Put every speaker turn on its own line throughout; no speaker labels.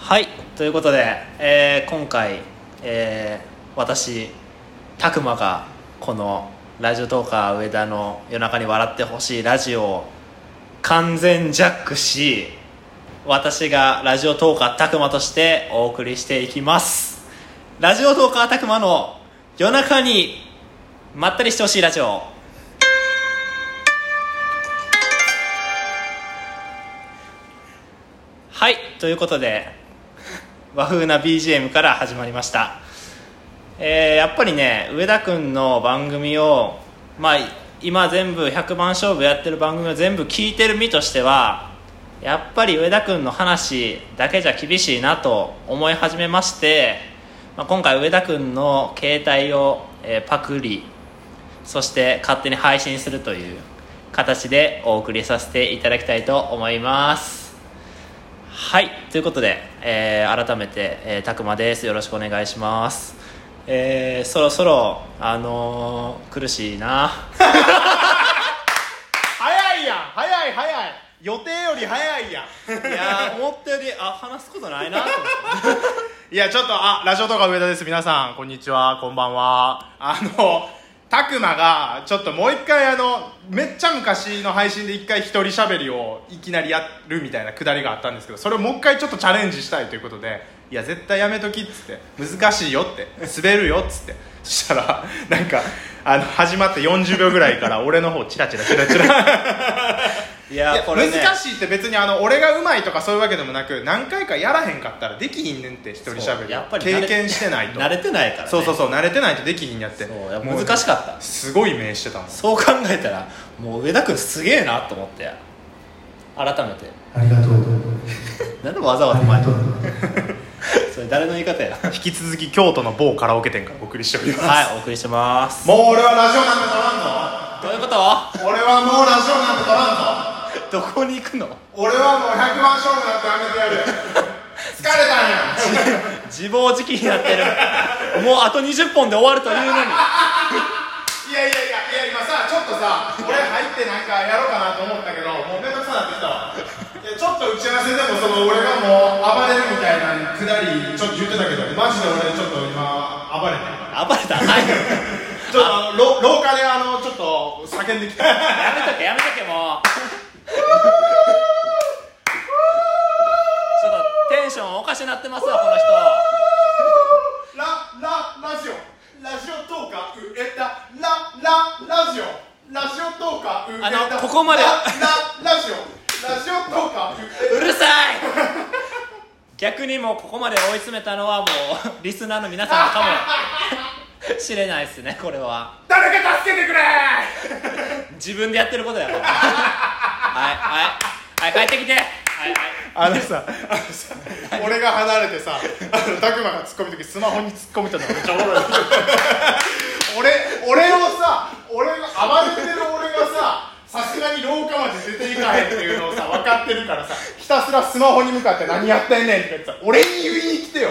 はいということで、えー今回、えー私拓磨がこの「ラジオトーカー上田の夜中に笑ってほしいラジオ」を完全ジャックし私がラジオトーカー拓磨としてお送りしていきますラジオトーカー拓磨の夜中にまったりしてほしいラジオはいということで和風な BGM から始まりました、えーやっぱりね上田君の番組を、まあ、今全部100番勝負やってる番組を全部聞いてる身としてはやっぱり上田君の話だけじゃ厳しいなと思い始めまして、まあ、今回上田君の携帯を、えーパクリそして勝手に配信するという形でお送りさせていただきたいと思いますはいということで、えー改めて、えー、たくまですよろしくお願いしますえーそろそろあのー苦しいな
早いやん早い早い予定より早いやん
いやー思ったよりあ話すことないなと思って
いやちょっとあラジオとか上田です皆さんこんにちはこんばんはあのたくまがちょっともう一回あのめっちゃ昔の配信で一回一人しゃべりをいきなりやるみたいなくだりがあったんですけどそれをもう一回ちょっとチャレンジしたいということでいや絶対やめときっつって難しいよって滑るよっつってそしたらなんかあの始まって40秒ぐらいから俺の方チラチラチラチラ
いや
い
ー
や
これね
難しいって別にあの俺がうまいとかそういうわけでもなく何回かやらへんかったらできひんねんって一人しゃべり
やっぱり慣れ
経験してないと
慣れてないから、ね、
そうそう
そ
そう慣れてないとできひんやって
うやっぱ
もう
難しかった
すごい目してた もん
そう考えたらもう上田君すげえなと思って改めて
ありがとう。
なんでわざわざ
ありが
前
とう。
それ誰の言い方や
引き続き京都の某カラオケ店からお送りしております、
はいお送りしてます
もう俺はラジオなんか取
どういうこと
らんぞ俺はもうラジオなんか取らんぞ
どこに行くの
俺はもう100万勝負なんてやめてやる疲れたんや
自暴自棄になってるもうあと20本で終わるというのに
いやいやいやいや今さちょっとさ俺入ってなんかやろうかなと思ったけどもうめんどくさなってきた わいやちょっと打ち合わせでもその俺がもう暴れるみたいなくだりちょっと言ってたけどマジで俺ちょっと今暴れた
暴れたはいや
ちょっとろ廊下であのちょっと叫んで きた
めとけやめとけもうちょっとテンションおかしなってますわこの人
ラララジオラジオトーカーえたラララジオラジオトーカー
あのここまで
ラララジオラジオトーカー
うるさい逆にもうここまで追い詰めたのはもうリスナーの皆さんかもしれないですねこれは
誰か助けてくれ
自分でやってることやからはいはいはい帰ってきてはいはい
あのさ、あのさ、 俺が離れてさ、あの拓磨が突っ込む時スマホに突っ込みたのめっちゃおもろ い。俺、俺をさ、俺が暴れてる俺がさ、さすがに廊下まで出ていかへんっていうのをさ、分かってるからさ、ひたすらスマホに向かって何やってんねんって言ってさ、俺に言いに来てよ。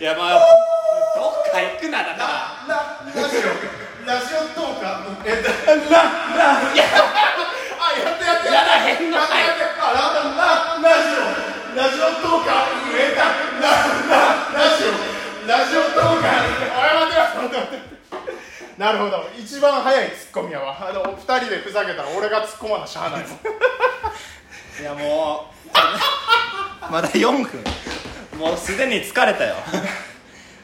いやまあどっか行くなだから
ラ、ラジオ、ラジオトーカー、え、あ、やってやって
やらへんの
やっ
か
て
い
やってあララララジオラジオトーカー上田ラララジオラジオトーカーあれ待て待て待て待てなるほど一番早いツッコミやわあのお二人でふざけたら俺がツッコまなしゃあないもん
いやもうまだ4分もうすでに疲れたよ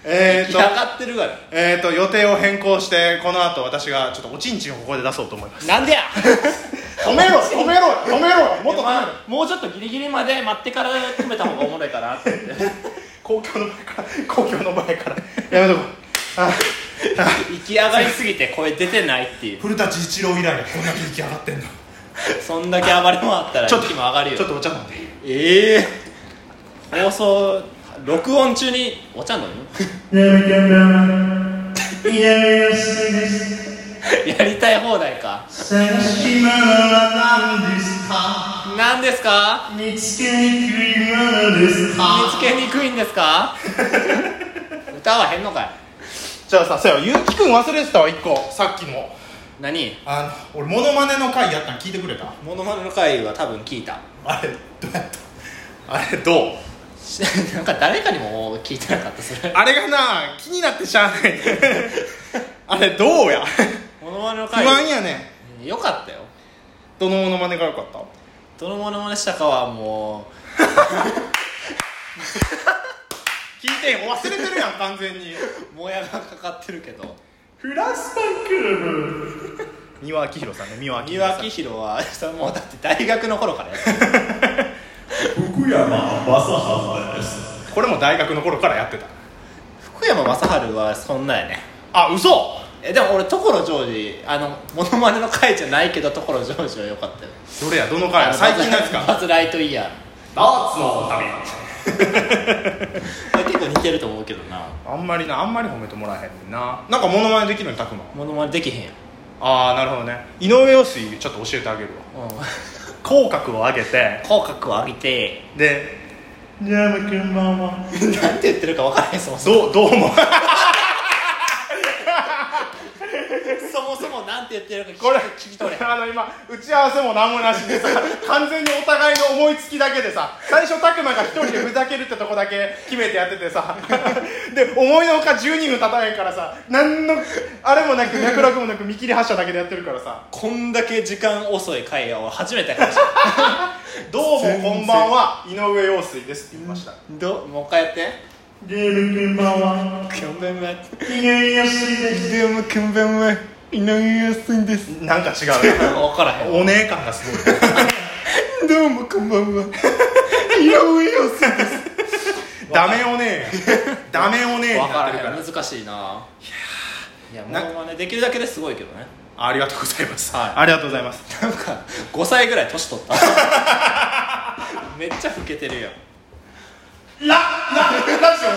え
上がってるから
えーと予定を変更してこの後私がちょっとおちんちんをここで出そうと思います
なんでや
止めろ止めろ止めろもっと止めろ
ま あもうちょっとギリギリまで待ってから止めた方がおもろいかなって思って
公共の前から 公共の前からやめとこうあ
行き上がりすぎて声出てないっていう
古舘一郎以来こんなに息上がってんの
そんだけ暴れ回ったら
ちょっと
息も上がるよ
ちょっとお茶飲んで
ええ放送録音中にお茶飲む
涙がイライラする
やりたい放題か
探し物は何ですか
何ですか
見つけにくいものです
見
か
つけにくいんですか歌はへんのかい
じゃあさそうやゆうきくん忘れてたわ一個さっきも
何
あの俺モノマネの回やったん聞いてくれた
モノマネの回は多分聞いた
あれどうやったあれどう
し なんか誰かにも聞いてなかったそれ
あれがな気になってしゃあない あれどうや
モノマネの
不
回
安やね
よかったよ
どのモノマネが良かった
どのモノマネしたかはも
聞いてよ忘れてるやん完全に
うもやがかかってるけど
フランスパンクラブ
三輪明宏さんね三輪明
三輪
宏さ
明
ん
宏はそれもうだって大学の頃からやってる
福山雅治です
これも大学の頃からやってた
福山雅治はそんなやね
あ嘘
えでも俺所ジョージあのモノマネの回じゃないけど所ジョージは良かったよ
どれやどの回や最近のやつ
バズバ
か
ズライトイヤ
ダーツの旅
ーこれ結構似てると思うけどな
あんまりなあんまり褒めてもらえへんねんななんかモノマネできるのたくま
モノマネできへんやん
ああなるほどね井上陽水ちょっと教えてあげるわ口角を上げて
口角を上げて
で
どうもこんばんは
なんて言ってるか分からへんそもそも
どうどうも
そもそもなんて言ってるか聞き
これ
聞き取れへん
あの今打ち合わせも何もなしでさ完全にお互いの思いつきだけでさ最初拓磨が一人でふざけるってとこだけ決めてやっててさ で思いのほか12分たたへんからさ何のあれもなく脈絡もなく見切り発車だけでやってるからさ
こんだけ時間遅い会話は初めてかもしれない
「どうもこんばんは井上陽水です」って言いました
どもう一回やって
どうもこんばんは
キャンベンは
井上陽水です
どうもこんばんは井上陽水です
なんか違うね
分からへん
お姉感がすごい
どうもこんばんは井上陽水
ダメお 姉やダメお姉に
分か
なってるから
へ
ら
ん難しいない
やモ
な
ノマネできるだけですごいけどね
ありがとうございます、
はい
ありがとうございます
なんか5歳ぐらい年取った めっちゃ老けてるやん
ラ、ラ、ラジオ、ラジオトーク、上田、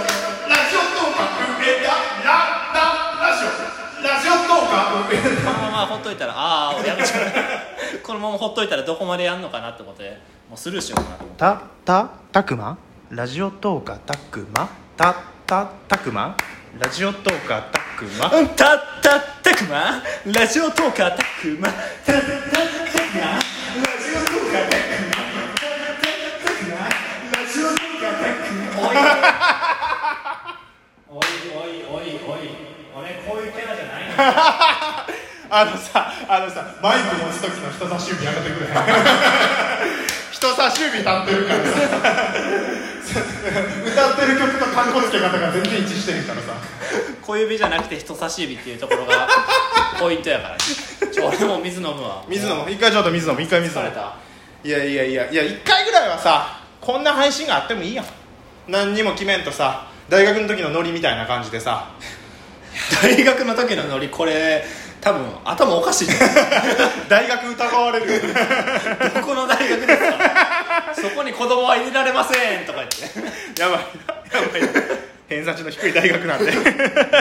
ラ、ラ、ラジオ、ラジオトーク、上
このままほっといたらああやめちゃ うこのままほっといたらどこまでやんのかなってことでもうスルーしようかなと思って
田。た、た、たくま、ラジオトーク、たくま、た、た、たくま、ラジオトーク、たくま。
うんたったたくまラジオトーカーたくまたったたくまラジオトーカーたくまたったたくまラジオトーカーたくまおいおいおいおいおい俺こういうキャラじゃないの
あのさ、あのさ、マイク持つ時の人差し指やめてくれ。人差し指立ってるからさ。 歌ってる曲とカンコつけ方が全然一致してるからさ。
小指じゃなくて人差し指っていうところ がポイントやからねちょ俺も水飲むわ
水飲む、一回ちょっと水飲む、一回水
疲
飲
れ
む。
た
いやいやいやいや1回ぐらいはさこんな配信があってもいいやん何にも決めんとさ大学の時のノリみたいな感じで さ
大学の時のノリこれ多分頭おかしいと思う
大学疑われるよね
どこの大学ですかそこに子供は入れられませんとか言って
やばいなやばいな偏差値の低い大学なんで
や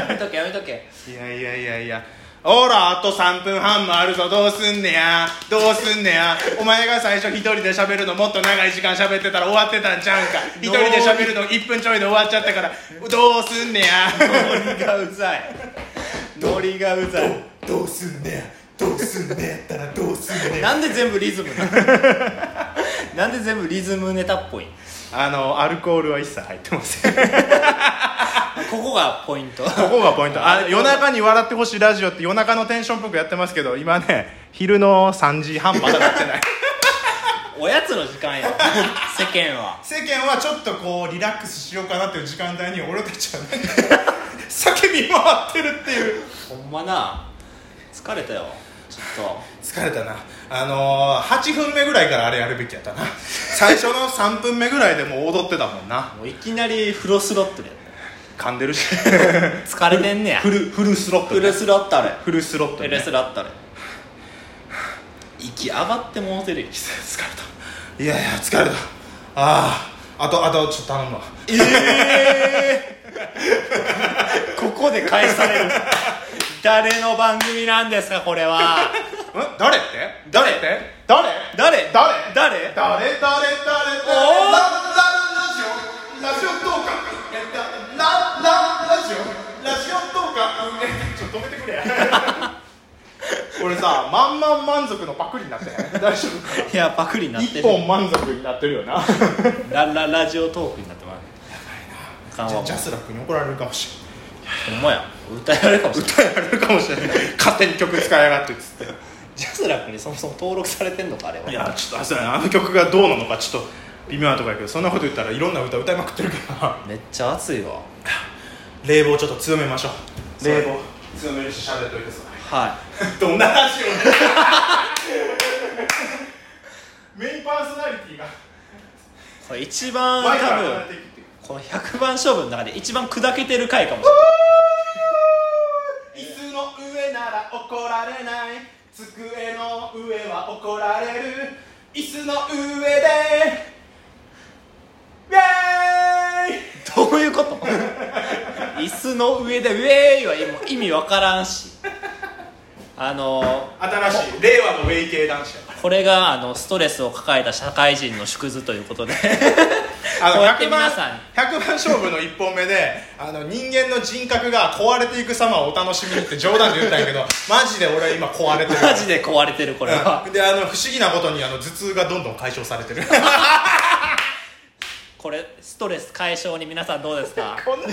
めとけやめとけ
いやいやいやいやほらあと3分半もあるぞどうすんねやどうすんねやお前が最初一人で喋るのもっと長い時間喋ってたら終わってたんちゃうんか一人で喋るの1分ちょいで終わっちゃったからどうすんねや
ノリがうざいノリがうざい
どうすんねやどうすんねやったらどうすんね
なんで全部リズムな のなんで全部リズムネタっぽいの
あのアルコールは一切入ってませんこ
ここがポイント
こがポイントあ夜中に笑ってほしいラジオって夜中のテンションっぽくやってますけど今ね昼の3時半まだなってない
おやつの時間や世間は
世間はちょっとこうリラックスしようかなっていう時間帯に俺たちはね 叫び回ってるっていう
ほんまな疲れたよちょっ
疲れたなあのー、8分目ぐらいからあれやるべきやったな最初の3分目ぐらいでもう踊ってたもんな
ともういきなりフルスロットルやっ
噛んでるし
た疲れてんねや
フルフル スロット
フ
ル
ルスロットル
フルスロット
フ
ル
ル
ね
スロットル息上がってもうてるよ
疲れたいやいや疲れたあああとあとちょっと頼むわ
ええ ここで返される 誰の番組なんですかこれ は
ん誰って誰って誰
誰誰
誰誰誰誰誰
おー
ララララジオラジオトーカーえだラララジオラジオトーカーえちょっと止めてくれこれさまんまん満足のパクリになってない大丈夫か
いやパクリになって
一
る
本満足になってるよな
ラララジオトークになってます緩
じ
和
ゃ
も
ジャスラックに怒られるかもし
ほんまや歌えられるかもし
れ
れない
ない訴えられるかもしれない勝手に曲使いやがってっつって
ジャスラックにそもそも登録されてんのかあれはい
やちょっとあそうやなあの曲がどうなのかちょっと微妙なとこやけどそんなこと言ったらいろんな歌歌いまくってるから
めっちゃ熱いわ
冷房ちょっと強めましょう
そう
冷房 強めにしゃべっといてさ
は
どんな話をメインパーソナリティが
いこれ一番多
前から離れ
分
ていくっていう
この100番勝負の中で一番砕けてる回かもし
椅子の上なら怒られない机の上は怒られる椅子の上でイエーイ
れないどういうこと椅子の上で「ウェーイ!」はもう意味わからんしあの
新しい令和のウェイ系男子や
これがあのストレスを抱えた社会人の縮図ということで
あ
こう
の
やって
100番
皆さんに
100番勝負の1本目であの人間の人格が壊れていく様をお楽しみにって冗談で言ったんやけど マジで俺は今壊れてる
マジで壊れてるこれは
うんであの不思議なことにあの頭痛がどんどん解消され てる
これストレス解消に皆さんどうですか
こんな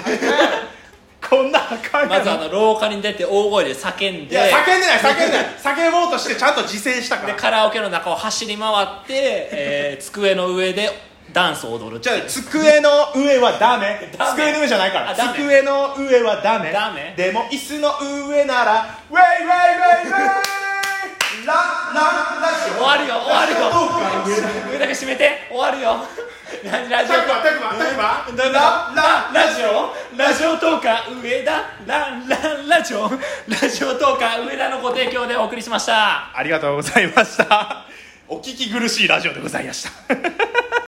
こんなあかん
まずあ
い
の廊下に出て大声で叫んで
や叫んでない叫んでない叫ぼうとしてちゃんと自制したか
で
ら
カラオケの中を走り回って、えー机の上でダンスを踊るって
じゃ
い
あ
う
机の上はダメ
ダメ
机の上じゃないか
あ
ら
ダメ
机の上はダメ
ダメ
でも椅子の上ならウェイウェイウェイウェイランランラジオ
終わるよ終わる
どう
よ
か上だ
上だけ閉めて終わるよ何ラジオ
タクマタクマタクマ
ラ
ララ
ラジオラジオトーカー上田ランランラジオラジオトーカー上田のご提供でお送りしました
ありがとうございましたお聞き苦しいラジオでございました